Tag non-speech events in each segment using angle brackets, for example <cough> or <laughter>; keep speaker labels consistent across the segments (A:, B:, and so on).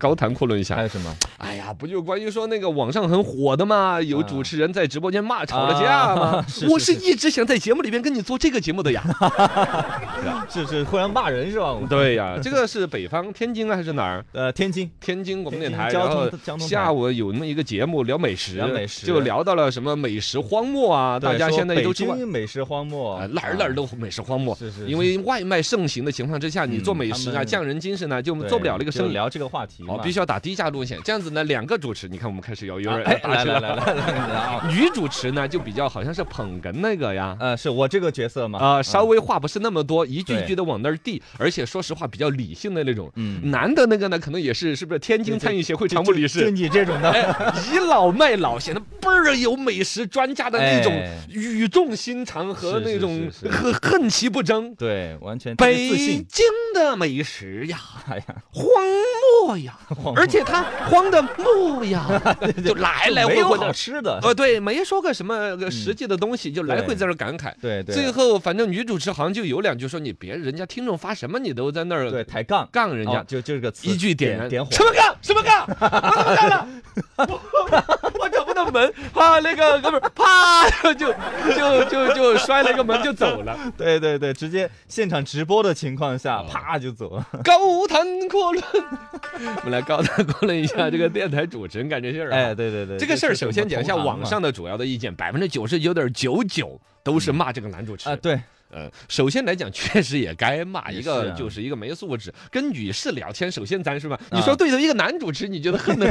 A: 高谈阔论一
B: 还
A: 下。
B: 有什么？
A: 哎呀，不就关于说那个网上很火的嘛，有主持人在直播间骂吵了架
B: 啊 <laughs>
A: 嘛
B: 是是？
A: 我是
B: 是
A: 一直想在节目里边跟你做这个节目
B: <laughs>
A: 的呀。
B: 是是互相骂人是吧？我们
A: 对呀， <laughs> 这个是北方天津啊还是哪儿？
B: 呃，天津
A: 天津广播电台，
B: 天津交
A: 然
B: 通
A: 后
B: 交通台
A: 下午有那么一个节目聊美食，
B: 聊美食
A: 就聊到了什么美食荒漠啊，大
B: 对
A: 家
B: 说
A: 现在
B: 北
A: 都去外
B: 京美食荒漠
A: 啊，哪儿哪儿都美食荒漠。
B: 是是是
A: 因为外卖盛行的情况之下，你
B: 嗯
A: 做美
B: 他
A: 食啊、
B: 们
A: 匠人精神呢，就
B: 对
A: 做不了那个
B: 就
A: 生意。
B: 聊这个话题
A: 好，
B: 嘛
A: 必须要打低价路线。这样子呢，两个主持，你看我们开始有有
B: 啊
A: 点
B: 哎，
A: 打
B: 来
A: 起
B: 来
A: 来。
B: 来来来来啊！
A: 女主持呢，就比较好像是捧哏那个呀。
B: 呃，是我这个角色吗？
A: 啊，稍微话不是那么多，一句
B: 对
A: 一句的往那儿递，而且说实话比较理性的那种。
B: 嗯，
A: 男的那个呢，可能也是是不是天津
B: 对对
A: 餐饮协会
B: 就
A: 常务理
B: 就
A: 事，
B: 你这种的，
A: 哎，倚老卖老，显得倍儿有美食专家的那种
B: 哎
A: 语重心长和
B: 是
A: 那
B: 是
A: 种
B: 是是
A: 恨恨其不争。
B: 对，完全特别
A: 北
B: 自信。
A: 京的美食呀，
B: 哎呀，
A: 荒漠呀，
B: <laughs> 荒
A: 而且它荒的漠
B: <laughs>
A: 呀，就来来
B: 没
A: 回
B: 有
A: 回
B: 好
A: 的，
B: 吃的，
A: 呃，对，没说个什么呃实际的东西，就来回在那儿感慨。
B: 对对，
A: 最后，反正女主持好像就有两句说：“你别人家听众发什么，你都在那儿
B: 对抬杠，
A: 杠人
B: 哦
A: 家。”
B: 就就是个词
A: 一句点
B: 点
A: 燃，
B: 点火，
A: 什么杠？什么杠？我怎么干了？我找不到门，啪，那个哥们儿啪就就就就摔了一个门就走了。
B: 对对对，直接现场直播的情况下，啪就走了。
A: 高谈阔论，我们来高谈阔论一下这个电台主持人干这事儿、啊。
B: 哎，，对对对，
A: 这个事儿首先讲一下
B: 就是我
A: 网
B: 们同行嘛
A: 上的主要的意见，百分之九十九点九九都是骂这个男主持
B: 啊，
A: 人。
B: 对，
A: 呃，首先来讲， <laughs> 确实也该骂
B: 也
A: 一个
B: 是，啊
A: 就是一个没素质。跟女士聊天，首先咱是吧，你
B: 啊
A: 说对着一个男主持，你觉得
B: <laughs>
A: 恨的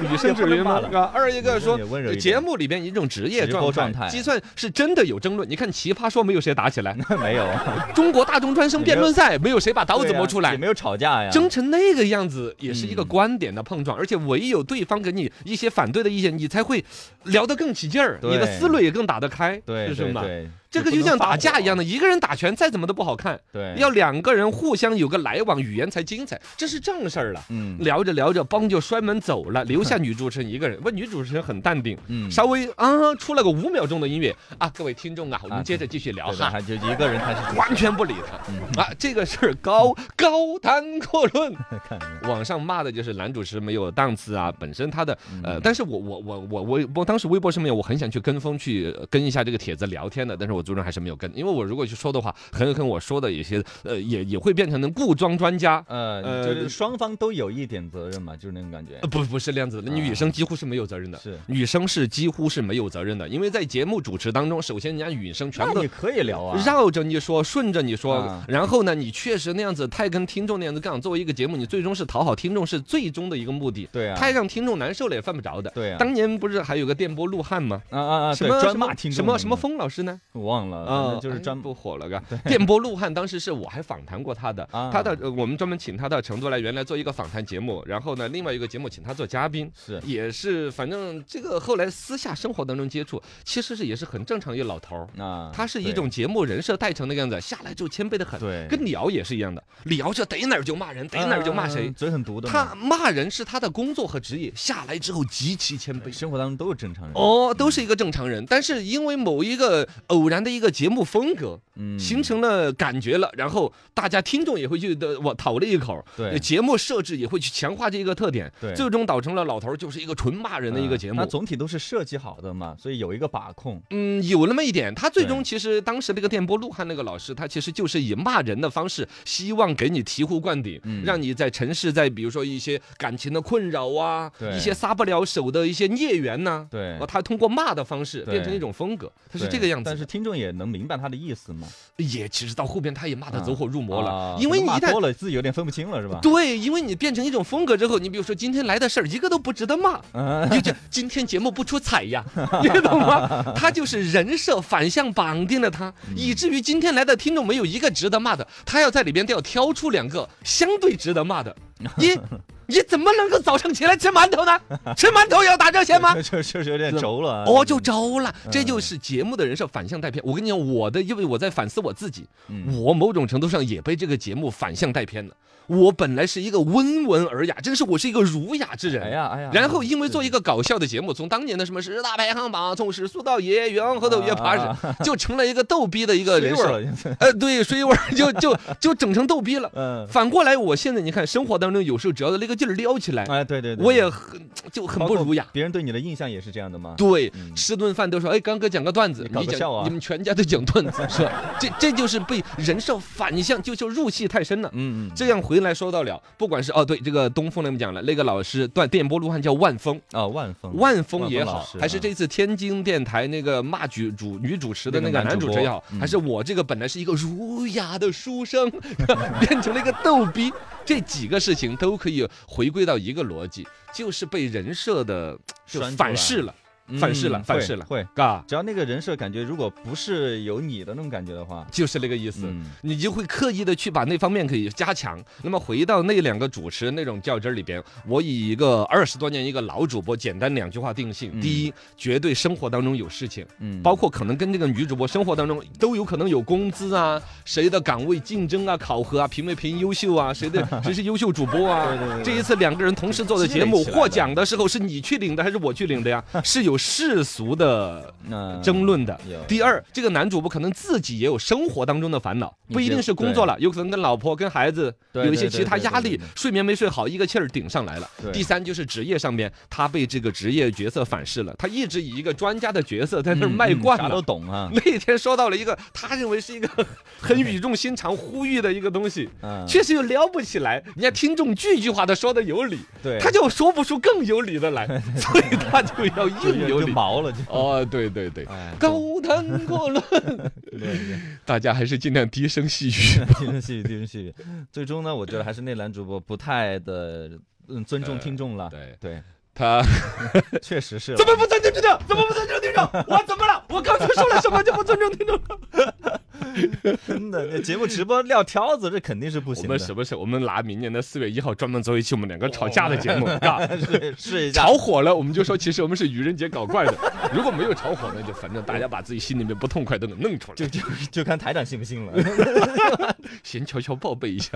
A: 女生至于吗？
B: 也不能骂了
A: 是吧二一个说
B: 女生也温柔一点
A: 节目里边一种职业
B: 直播
A: 状
B: 状态
A: 计算是真的有争论。你看《奇葩说》没有谁打
B: <laughs>
A: 起来，
B: <laughs> 没有
A: 中国大中专生辩论赛没有谁把 <laughs> 刀子
B: 对啊呀
A: 磨出来
B: 也，没有吵架呀，
A: 争成那个样子，也是一个观点的
B: 嗯
A: 碰撞，而且唯有对方给你一些反对的意见，你才会聊得更起劲儿，
B: 对
A: 你的思路也更打得开，
B: 对
A: 是不是
B: 对
A: 嘛？
B: 对，
A: 这个
B: 你
A: 就
B: 不
A: 像
B: 能啊发
A: 打架
B: 火
A: 一样的，，一个人打拳再怎么都不好看，
B: 对，
A: 要两个人互相有个来往，语言才精彩，这是正事儿了。
B: 嗯
A: 聊着聊着，梆就摔门走了，
B: <laughs>
A: 留下女主持人一个人。问女主持人很淡定，
B: 嗯，
A: 稍微啊出了个五秒钟的音乐啊，各位听众啊，我们
B: 啊
A: 接着继续聊
B: 对
A: 哈
B: 的，。还就一个人开始
A: 完全不理
B: 嗯
A: 他啊！这个事儿高高谈阔论，
B: <laughs> 看一下，
A: 网上骂的就是男主持没有档次啊，本身他的呃，
B: 嗯
A: 但是我我我我我我当时微博是没有，我很想去跟风去呃跟一下这个帖子聊天的，但是我最终还是没有跟，因为我如果去说的话，很有可能我说的有些呃也也会变成能故装专家。
B: 呃，
A: 呃
B: 就是双方都有一点责任嘛，就是那种感觉
A: 呃，不，不是那样子的。女生几乎是没有责任的，
B: 啊是
A: 女生是几乎是没有责任的，因为在节目主持当中，首先人家女生全部
B: 那
A: 都
B: 你可以聊啊，
A: 绕着你说，顺着你说
B: 啊，
A: 然后呢，你确实那样子太跟听众那样子杠，作为一个节目，你最终是讨好听众是最终的一个目的，
B: 对啊
A: 太让听众难受了也犯不着的。
B: 对啊
A: 当年不是还有个电波鹿晗吗？
B: 啊啊啊，
A: 什
B: 对
A: 么
B: 专骂听众
A: 什么
B: 的
A: 什么
B: 嘛
A: 峰老师呢？
B: 我忘了，反正就是
A: 哎
B: 专
A: 不火了个电波鹿晗，当时是我还访谈过他的
B: 啊，
A: 他的呃我们专门请他到成都来，原来做一个访谈节目，然后呢，另外一个节目请他做嘉宾，
B: 是
A: 也是反正这个后来私下生活当中接触，其实是也是很正常一个老头儿，
B: 啊，
A: 他是一
B: 对
A: 种节目人设带成那个样子，下来之后谦卑的很，
B: 对
A: 跟聊也是一样的，聊就逮哪儿就骂人，逮哪儿就骂谁
B: 啊，嘴很毒的嘛，
A: 他骂人是他的工作和职业，下来之后极其谦卑。
B: 生活当中都是正常人，
A: 哦，都是一个正常人，但是因为某一个偶然的一个节目风格，
B: 嗯，
A: 形成了感觉了，然后大家听众也会去的我讨论一口，
B: 对
A: 节目设置也会去强化这一个特点，
B: 对
A: 最终导成了老头儿就是一个纯骂人的一个
B: 嗯
A: 节目
B: 它。总体都是设计好的嘛，所以有一个把控。
A: 嗯，有那么一点。他最
B: 对
A: 终其实当时那个电波鹿晗那个老师，他其实就是以骂人的方式，希望给你醍醐灌顶，
B: 嗯
A: 让你在城市，在比如说一些感情的困扰啊，
B: 对
A: 一些撒不了手的一些孽缘呐、
B: 对
A: 哦，他通过骂的方式
B: 对
A: 变成一种风格，他是
B: 对
A: 这个样子
B: 但
A: 的。
B: 是听众也能明白他的意思嘛？
A: 也其实到后边他也骂得走火入魔了，
B: 啊
A: 因为
B: 可
A: 你一
B: 能骂
A: 旦
B: 多了，自己有点分不清了，是吧？
A: 对，因为你变成一种风格之后，你比如说今天来的事儿一个都不值得骂，<laughs>
B: 嗯，？
A: 你就这今天节目不出彩呀， <laughs> 你懂吗？他就是人设反向绑定了他，以至于今天来的听众没有一个值得骂的，他要在里边都要挑出两个相对值得骂的。你你怎么能够早上起来吃馒头呢？吃馒头要打热线吗
B: <laughs> 就就是有点轴了啊。
A: 哦，就招了，这就是节目的人设反向带偏。我跟你讲，我的，因为我在反思我自己，
B: 嗯
A: 我某种程度上也被这个节目反向带偏了。我本来是一个温文尔雅，真是我是一个儒雅之人。
B: 哎呀哎呀
A: 然后因为做一个搞笑的节目，从当年的什么十大排行榜，从史苏到爷，越往后头越爬
B: 啊
A: 人，就成了一个逗逼的一个
B: <laughs> 水
A: 人
B: 味儿
A: 设。
B: 了，现在
A: 呃，对，所以我就就就整成逗逼了。 <laughs>
B: 嗯，
A: 反过来，我现在你看，生活当中有时候只要那个劲儿撩起来，
B: 哎，对对对，
A: 我也很就很
B: 包
A: 不
B: 括
A: 儒雅。
B: 别人对你的印象也是这样的吗？
A: 对，
B: 嗯
A: 吃顿饭都说，哎，刚哥讲个段子，
B: 你搞个
A: 讲，
B: 笑啊
A: 你们全家都讲段
B: <laughs>
A: 子，是吧？这这就是被人设反向，就就入戏太深了。
B: 嗯嗯，
A: 这样回来说到了，不管是哦，对，这个东风我们讲了，那个老师段电波录汉叫万峰，
B: 啊，万峰，
A: 万峰也
B: 万
A: 好
B: 老师，嗯
A: 还是这次天津电台那个骂主主女主持的那
B: 那个
A: 个
B: 男
A: 男
B: 主
A: 主持
B: 播
A: 也好，
B: 嗯
A: 还是我这个本来是一个儒雅的书生， <laughs> 变成了一个逗逼，这几个事情都可以回归到一个逻辑，就是被人设的就
B: 拴住
A: 反
B: 了
A: 噬了，
B: 嗯
A: 反噬了
B: 会
A: 反噬了
B: 会。
A: 嘎，
B: 只要那个人设感觉如果不是有你的那种感觉的话，
A: 就是那个意思。
B: 嗯，
A: 你就会刻意的去把那方面可以加强。那么回到那两个主持人那种较真儿里边，我以一个二十多年一个老主播，简单两句话定性：
B: 嗯
A: 第一，绝对生活当中有事情，
B: 嗯
A: 包括可能跟这个女主播生活当中都有可能有工资
B: <laughs>
A: 啊，谁的岗位竞争啊、考核啊、评没评优秀啊，谁
B: <laughs>
A: 的谁是优秀主播啊
B: 对对对对。
A: 这一次两个人同时做的节目
B: 积累起来的
A: 获奖的时候，是你去领的还是我去领的呀？是有世俗的
B: 嗯
A: 争论的。
B: 有
A: 第二，这个男主播可能自己也有生活当中的烦恼，
B: 已经
A: 不一定是工作了，有可能跟老婆、跟孩子
B: 对
A: 有一些
B: 对对
A: 其他
B: 对对
A: 压
B: 对
A: 力
B: 对，
A: 睡眠没睡好，一个气儿顶上来了
B: 对。
A: 第三就是职业上面，他被这个职业角色反噬了，他一直以一个专家的角色在那儿
B: 嗯
A: 卖
B: 嗯
A: 惯
B: 啥
A: 了
B: 都。懂啊，
A: 那天说到了一个他认为是一个 <laughs> 很语重心长呼吁的一个东西。
B: 嗯，
A: 确实又撩不起来，人家听众句句话都说的有理，
B: 对，
A: 他就说不出更有理
B: <laughs>
A: 的来，所以他就要硬有
B: 就
A: 理。
B: 毛了就，
A: 哦，对对对，
B: 哎，
A: 高谈阔论，
B: 对对对
A: 大家还是尽量低声细语。
B: <laughs> 低声细语，低声细语。最终呢，我觉得还是那男主播不太的嗯尊重听众了。
A: <laughs> 哎对
B: 对，
A: 他
B: 确实是了。
A: 怎么不尊重听众？怎么不尊重 <laughs> 听众？我怎么了？我刚才说了什么就不尊重听 <laughs> 众了？
B: 真的？那节目直播撂挑子，这肯定是不
A: 我
B: 行的。
A: 们是不是我们拿明年的四月一号专门做一期我们两个吵架的节 <laughs> 目？嘎，
B: 试试一下。
A: 吵火了我们就说其实我们是愚人节搞怪的，如果没有吵火，那就反正大家把自己心里面不痛快都能弄出来 <laughs>
B: 就，就就看台长信不信了。
A: 先悄悄报备一下。